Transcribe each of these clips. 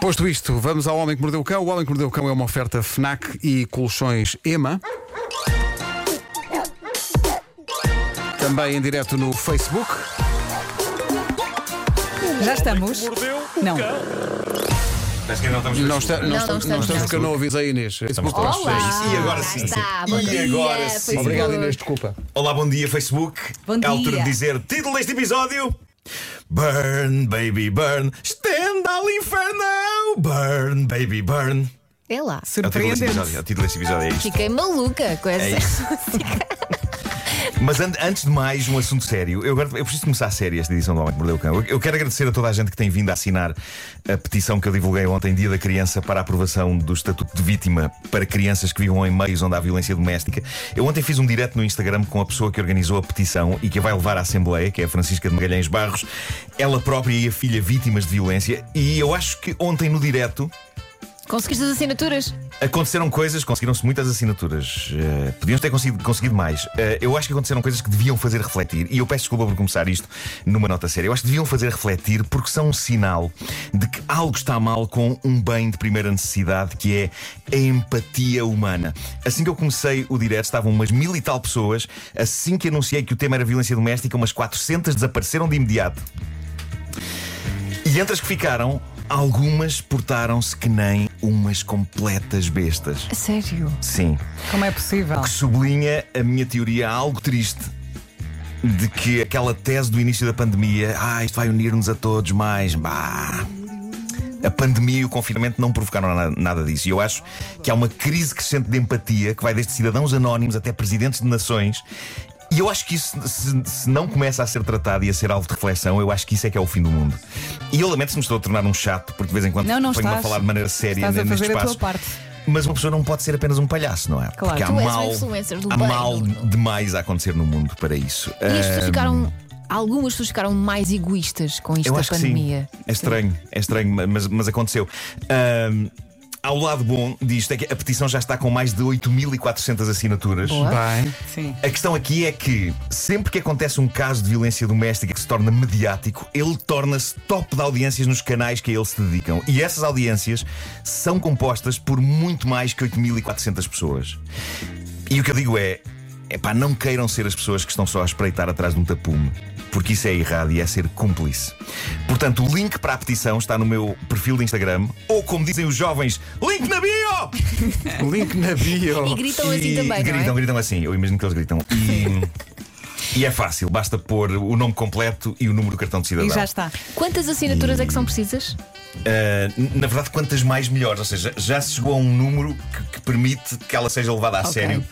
Posto isto, vamos ao Homem que Mordeu o Cão. O Homem que Mordeu o Cão é uma oferta FNAC e colchões EMA. Também em direto no Facebook. Já estamos. Mordeu o Não. cão. Parece que ainda não Não, estamos feitos. está, não, Não, está- não não estamos. estamos, porque eu não ouvi a Inês. Facebook, Olá. acho que é isso. E agora sim. Já está. Bom E dia, agora sim. Facebook. Obrigado, Inês, desculpa. Olá, bom dia, Facebook. Bom É a altura dia. de dizer título deste episódio. Burn, baby, burn. Estenda ao inferno. Burn, baby, burn. É lá. É o título deste Surpreendente. episódio. É o título deste episódio, é isto. Fiquei maluca com essa É isso. Mas an- antes de mais, um assunto sério. Eu, agora, eu preciso começar a sério esta edição do Homem que Mordeu o Cão. Eu, eu quero agradecer a toda a gente que tem vindo a assinar a petição que eu divulguei ontem, Dia da Criança, para a aprovação do Estatuto de Vítima para crianças que vivam em meios onde há violência doméstica. Eu ontem fiz um direct no Instagram com a pessoa que organizou a petição e que a vai levar à Assembleia, que é a Francisca de Magalhães Barros, ela própria e a filha vítimas de violência. E eu acho que ontem no directo. Conseguiste as assinaturas? Aconteceram coisas, conseguiram-se muitas assinaturas. Eh, podíamos ter conseguido, conseguido mais. Eh, eu acho que aconteceram coisas que deviam fazer refletir. E eu peço desculpa por começar isto numa nota séria. Eu acho que deviam fazer refletir porque são um sinal de que algo está mal com um bem de primeira necessidade que é a empatia humana. Assim que eu comecei o direct, estavam umas mil e tal pessoas. Assim que anunciei que o tema era violência doméstica, umas 400 desapareceram de imediato. E entre as que ficaram, algumas portaram-se que nem umas completas bestas. A sério? Sim. Como é possível? Que sublinha a minha teoria algo triste. De que aquela tese do início da pandemia, ah, isto vai unir-nos a todos mais, bah. A pandemia e o confinamento não provocaram na- nada disso. E eu acho que há uma crise crescente de empatia que vai desde cidadãos anónimos até presidentes de nações. E eu acho que isso, se, se não começa a ser tratado e a ser alvo de reflexão, eu acho que isso é que é o fim do mundo. E eu lamento se me estou a tornar um chato, porque de vez em quando Não, não venho-me a estás. falar de maneira séria Estás a ne- neste fazer a tua espaço. parte. Mas uma pessoa não pode ser apenas um palhaço, não é? Claro. Porque há Tu és um mal, influencer do há bem, mal Nuno. demais a acontecer no mundo para isso. E as pessoas Ah, ficaram. Algumas pessoas ficaram mais egoístas com isto eu da acho que sim. pandemia. É estranho, é estranho, mas, mas aconteceu. Ah, ao lado bom disto é que a petição já está com mais de 8.400 assinaturas. Boa. Bem. Sim. A questão aqui é que sempre que acontece um caso de violência doméstica que se torna mediático, ele torna-se top de audiências nos canais que a ele se dedicam. E essas audiências são compostas por muito mais que 8.400 pessoas. E o que eu digo é: epá, não queiram ser as pessoas que estão só a espreitar atrás de um tapume, porque isso é errado e é ser cúmplice. Portanto, o link para a petição está no meu perfil de Instagram, ou como dizem os jovens, link na bio! Link na bio. E gritam assim E também, gritam, não é? gritam assim, eu imagino que eles gritam. E, e é fácil, basta pôr o nome completo e o número do cartão de cidadão. E já está. Quantas assinaturas é que são precisas? Ah, na verdade, quantas mais melhores, ou seja, já se chegou a um número que, que permite que ela seja levada a Ok. sério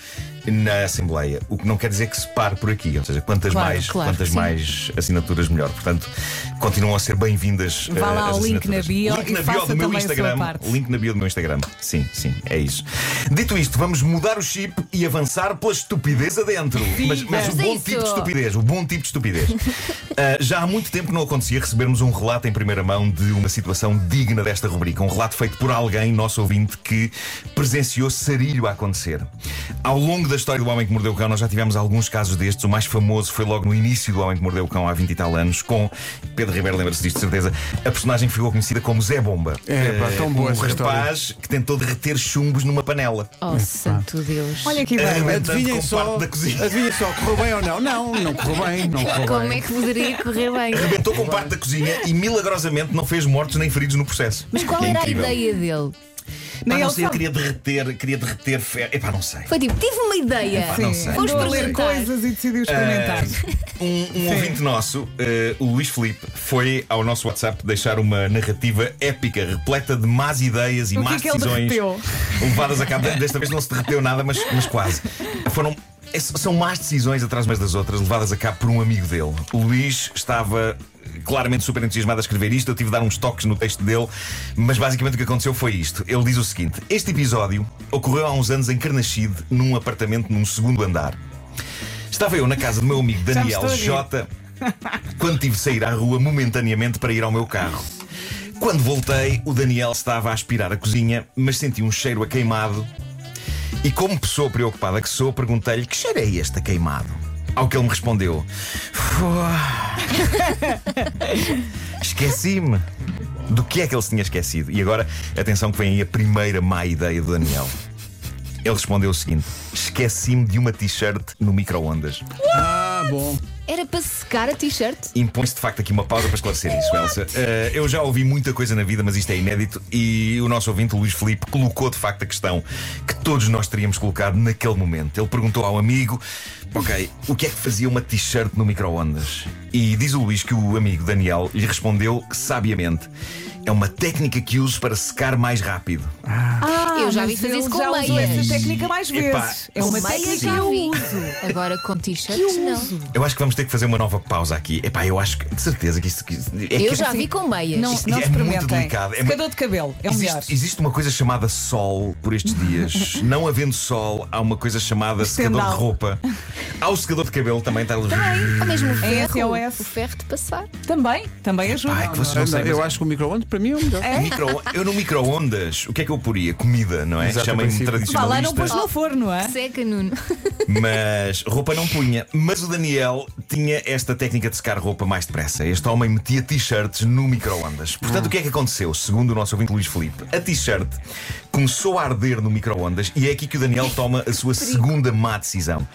na Assembleia. O que não quer dizer que se pare por aqui, ou seja, quantas Claro, mais, claro, quantas sim. mais assinaturas melhor. Portanto, continuam a ser bem-vindas. Vá ah, lá as ao link assinaturas. na bio Link e na faça bio do meu também a sua Instagram. parte. Link na bio do meu Instagram. Sim, sim, é isso. Dito isto, vamos mudar o chip e avançar pela estupidez adentro. Mas, mas o Mas é bom isso. tipo de estupidez, o bom tipo de estupidez. Ah, já há muito tempo não acontecia recebermos um relato em primeira mão de uma situação digna desta rubrica. Um relato feito por alguém, nosso ouvinte, que presenciou sarilho a acontecer. Ao longo da história do Homem que Mordeu o Cão, nós já tivemos alguns casos destes. O mais famoso foi logo no início do Homem que Mordeu o Cão, há 20 e tal anos, com Pedro Ribeiro, lembra-se disto de certeza. A personagem ficou conhecida como Zé Bomba. É, pá, Eh, tão boa um essa história. rapaz que tentou derreter chumbos numa panela. Oh, santo Deus. Olha que ideia. Arrebentando Adivinhem com só, parte da cozinha. adivinhem só, correu bem ou não? Não, não correu bem, não correu como bem. é que poderia correr bem? Arrebentou com parte da cozinha e milagrosamente não fez mortos nem feridos no processo. Mas qual Que é era a incrível. ideia dele? Pá, Nem não ele sei, ele sabe. queria derreter, queria derreter ferro. Epá, não sei. Foi tipo, tive uma ideia. Epá, não sei. Vou Andou a ler experimentar. coisas e decidiu experimentar. Um, um ouvinte nosso, eh, o Luís Filipe, foi ao nosso WhatsApp deixar uma narrativa épica, repleta de más ideias O e que más é que ele decisões derreteu? levadas a cabo. Desta vez não se derreteu nada, mas, mas quase. Foram. é- São más decisões atrás umas das outras, levadas a cabo por um amigo dele. O Luís estava claramente super entusiasmado a escrever isto, eu tive de dar uns toques no texto dele, mas basicamente o que aconteceu foi isto. Ele diz o seguinte: Este episódio ocorreu há uns anos em Carnachide, num apartamento num segundo andar. Estava eu na casa do meu amigo Já me Daniel estou a J. quando tive de sair à rua momentaneamente para ir ao meu carro. Quando voltei, o Daniel estava a aspirar a cozinha, mas senti um cheiro a queimado. E como pessoa preocupada que sou, perguntei-lhe que cheiro é este a queimado? Ao que ele me respondeu: "Fua, Esqueci-me. do que é que ele se tinha esquecido. E agora, atenção que vem aí a primeira má ideia do Daniel. Ele respondeu o seguinte: esqueci-me de uma t-shirt no micro-ondas. Ah, bom. Era para secar a t-shirt? Impõe-se de facto aqui uma pausa para esclarecer isso, Elsa. Eh, eu já ouvi muita coisa na vida, mas isto é inédito. E o nosso ouvinte, Luís Filipe, colocou de facto a questão que todos nós teríamos colocado naquele momento. Ele perguntou ao amigo: Ok, o que é que fazia uma t-shirt no micro-ondas? E diz o Luís que o amigo Daniel lhe respondeu sabiamente: É uma técnica que uso para secar mais rápido. eu já mas vi fazer ele isso com já usou meias. essa técnica mais Epá, vezes. é uma Com técnica meias que já eu vi. uso. Agora com t-shirts, não. Eu acho que vamos ter que fazer uma nova pausa aqui. Epá, eu acho que, de certeza que isto. que- é Eu que- já vi com meias. Não, Isto não é muito experimentem. delicado, é muito- Secador de cabelo é o melhor. Existe, existe uma coisa chamada sol por estes dias. não havendo sol, há uma coisa chamada secador de Estendal. roupa. Há o secador de cabelo também. tá Tá Está... Ou mesmo o É ferro, SOS. o ferro de passar. Também, também ajuda. Ai, que vocês não sabem. Eu acho que o micro-ondas para mim é o melhor. mas- Micro... Eu no micro-ondas, o que é que eu poria? Comida, não é? Exato, em Chamem-me princípio. Vá lá, não tradicionalista. pôs no forno, é? Seca, Nuno. Mas roupa não punha. Mas o Daniel tinha esta técnica de secar roupa mais depressa. Este homem metia t-shirts no micro-ondas. Portanto, o que é que aconteceu? Segundo o nosso ouvinte Luís Felipe, a t-shirt começou a arder no micro-ondas e é aqui que o Daniel toma a sua segunda má decisão.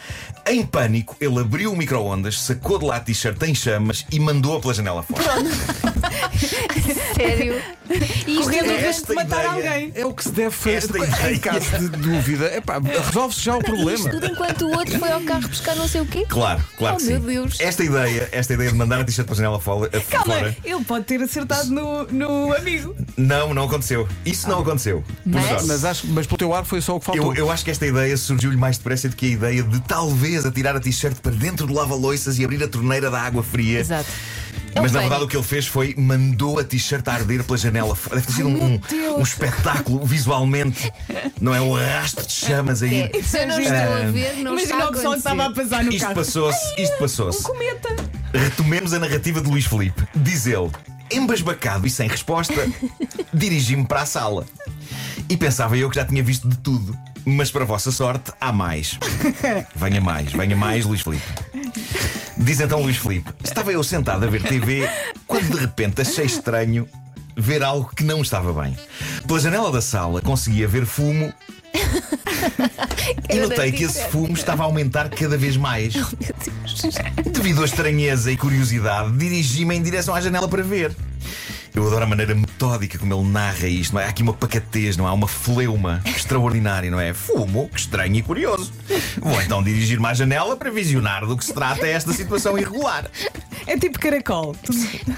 Em pânico, ele abriu o micro-ondas, sacou de lá a t-shirt em chamas e mandou-a pela janela fora. Sério. E isto é- Correndo um o durante- risco de matar ideia- alguém. É o que se deve fazer Esta ideia. em caso de dúvida. Epá, resolve-se já o Isto problema. tudo enquanto o outro foi ao carro buscar não sei o quê. Claro, claro Oh, que sim. meu Deus. Esta ideia, esta ideia de mandar a t-shirt pela janela fora. Calma, fora, ele pode ter acertado no, no amigo. Não, não aconteceu. Isso não aconteceu. Ah. Mas- Mas, acho, mas pelo teu ar foi só o que faltou. Eu, eu acho que esta ideia surgiu-lhe mais depressa do que a ideia de talvez atirar a t-shirt para dentro do lava-loiças e abrir a torneira da água fria. Exato. É um Mas na pânico. verdade o que ele fez foi mandou a t-shirt a arder pela janela. fora. Deve ter sido um, um- um espetáculo visualmente, não é? Um arrasto de chamas aí. É, Se eu não estou a ver, não Imagina está o pessoal que a estava a acontecer. passar no Isto carro. passou-se, isto Um passou-se. cometa. Retomemos a narrativa de Luís Felipe. Diz ele, embasbacado e sem resposta, dirigi-me para a sala. E pensava eu que já tinha visto de tudo. Mas para a vossa sorte, há mais. Venha mais, venha mais, Luís Felipe. Diz então Luís Felipe: Estava eu sentado a ver TV quando de repente achei estranho ver algo que não estava bem. Pela janela da sala conseguia ver fumo e Era notei da que esse t-shirt. fumo estava a aumentar cada vez mais. Meu Deus. Devido à estranheza e curiosidade, dirigi-me em direção à janela para ver. Eu adoro a maneira metódica como ele narra isto. Não é? Há aqui uma pacatez, não é? Há uma fleuma extraordinária, não é? Fumo, que estranho e curioso. Vou então dirigir-me à janela para visionar do que se trata esta situação irregular. É tipo caracol.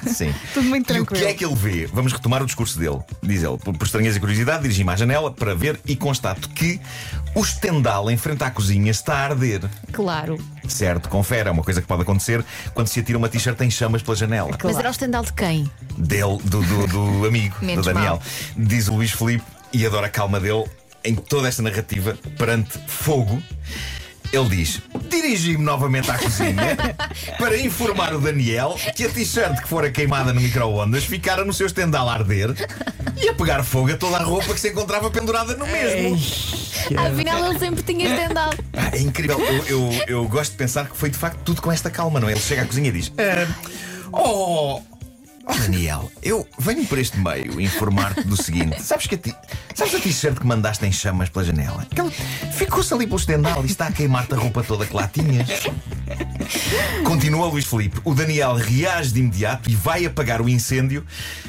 Sim. Tudo muito E o que tranquilo. é que ele vê? Vamos retomar o discurso dele. Diz ele, por por estranheza e curiosidade, dirigi-me à janela para ver e constato que o estendal em frente à cozinha está a arder. Claro. Certo, confere, é uma coisa que pode acontecer quando se atira uma t-shirt em chamas pela janela. Mas era o estendal de quem? dele, do, do- do amigo, do Menos Daniel. mal. Diz o Luís Filipe e adora a calma dele em toda esta narrativa perante fogo. Ele diz: Dirigi-me novamente à cozinha para informar o Daniel que a t-shirt que fora queimada no micro-ondas ficara no seu estendal a arder e a pegar fogo a toda a roupa que se encontrava pendurada no mesmo. Ah, Afinal, ele sempre tinha estendal. Ah, É incrível. Eu, eu- eu gosto de pensar que foi de facto tudo com esta calma, não é? Ele chega à cozinha e diz: "Ah, Oh, oh, Daniel, eu venho por este meio informar-te do seguinte: sabes que a ti. Sabes a t-shirt que mandaste em chamas pela janela? Aquela- Ficou-se ali pelo estendal e está a queimar-te a roupa toda que lá tinhas. Continua Luís Felipe. O Daniel reage de imediato e vai apagar o incêndio,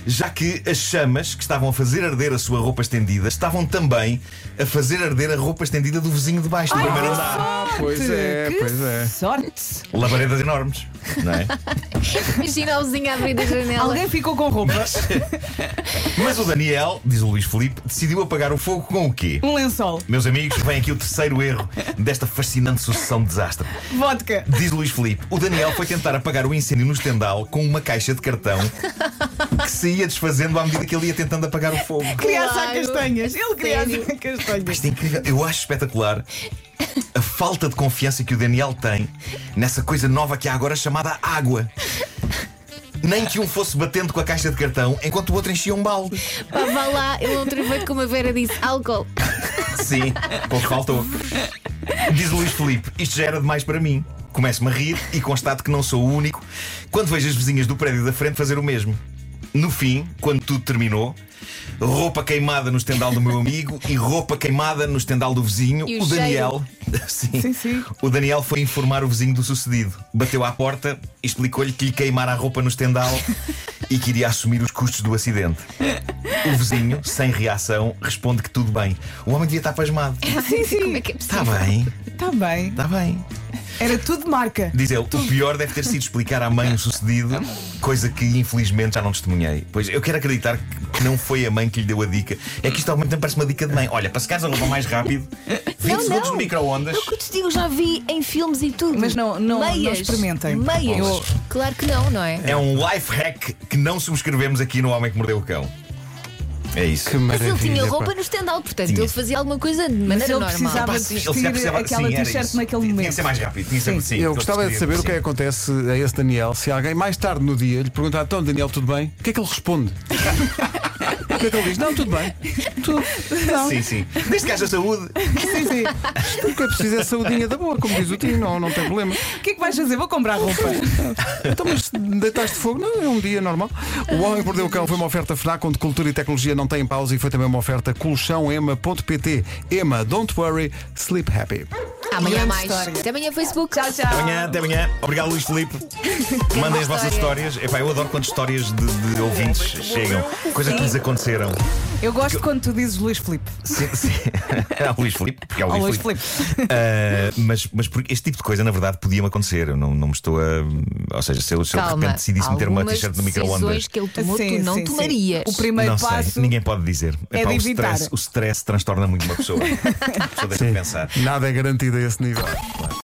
já que as chamas que estavam a fazer arder a sua roupa estendida estavam também a fazer arder a roupa estendida do vizinho de baixo, do primeiro andar. Ah, pois é, Que pois é. Sorte. Labaredas enormes, não é? Imagina o vizinho a abrir a janela. Alguém ficou com roupa. Mas o Daniel, diz o Luís Felipe, decidiu apagar o fogo com o quê? Um lençol. Meus amigos, vem aqui o terceiro erro desta fascinante sucessão de desastre. Vodka. Diz Luís Felipe, o Daniel foi tentar apagar o incêndio no estendal com uma caixa de cartão que se ia desfazendo à medida que ele ia tentando apagar o fogo. Criança a Claro. castanhas. Ele Sério? criança a castanhas. Isto é incrível. Eu acho espetacular a falta de confiança que o Daniel tem nessa coisa nova que há agora chamada água. Nem que um fosse batendo com a caixa de cartão enquanto o outro enchia um balde. Pá, vá lá, ele não treveio como a Vera disse: álcool. Sim, pouco faltou. Diz o Luís Felipe, isto já era demais para mim. Começo-me a rir e constato que não sou o único quando vejo as vizinhas do prédio da frente fazer o mesmo. No fim, quando tudo terminou, roupa queimada no estendal do meu amigo e roupa queimada no estendal do vizinho, E o o Daniel. Sim. Sim, sim. O Daniel foi informar o vizinho do sucedido. Bateu à porta, explicou-lhe que lhe queimara a roupa no estendal e que iria assumir os custos do acidente. O vizinho, sem reação, responde que tudo bem. O homem devia estar pasmado. Sim, sim. Como é que é possível? Está Tá bem, Está bem. está bem. Era tudo marca. Diz ele, o pior deve ter sido explicar à mãe o sucedido, coisa que infelizmente já não testemunhei. Pois eu quero acreditar que não foi a mãe que lhe deu a dica. É que isto ao mesmo tempo parece uma dica de mãe. Olha, para secares a roupa mais rápido, 20 não. segundos no micro-ondas. Eu que te digo, já vi em filmes e tudo. Mas não- não- não Meias. experimentem. Meias. Eu- Claro que não, não é? É um life hack que não subscrevemos aqui no Homem que Mordeu o Cão. É isso. Que Mas maravilha. ele tinha pá. roupa no estendal, portanto, Tinha. ele fazia alguma coisa de maneira ele normal. precisava- Pá, de ele se vestir apercebe- aquela sim, era t-shirt isso. naquele Tinha momento. que ser mais rápido. Tinha que ser, Sim. sim, Eu todos gostava de queríamos, saber o que é que sim. acontece a esse Daniel se alguém mais tarde no dia lhe perguntar então Daniel, tudo bem? O que é que ele responde? o que é que ele diz? Não, tudo bem. Tudo. Então, Não. assim. Sim, sim. Desde que haja saúde. Sim, sim. O que é preciso é saudinha da boa, como diz o Tino, não, não tem problema. O que é que vais fazer? Vou comprar roupa. Então, mas deitaste fogo? Não, é um dia normal. O Homem que Mordeu o Cão foi uma oferta FNAC, onde cultura e tecnologia não têm pausa e foi também uma oferta colchãoema.pt. Ema, don't worry, sleep happy. Amanhã Grande mais. história. Até amanhã, é Facebook. Tchau, tchau. Amanhã, até amanhã. Obrigado, Luís Felipe. Mandem as vossas histórias. Epá, eu adoro quando histórias de, de ouvintes chegam. Coisas que lhes aconteceram. Eu gosto quando tu dizes Luís Filipe. Sim, sim. Ao Luís Felipe. Porque é o Ao Luís Luís Felipe. Filipe. mas, mas porque este tipo de coisa, na verdade, podia-me acontecer. Eu não, não me estou a. Ou seja, se eu, se eu de Calma. repente decidisse meter uma Algumas t-shirt no decisões micro-ondas. que ele tomou, Sim, tu não sim, sim. tomarias. O primeiro não passo. sei, ninguém pode dizer. é Epá, de o, evitar. stress, o stress transtorna muito uma pessoa. A pessoa deixa de pensar. Nada é garantido a esse nível.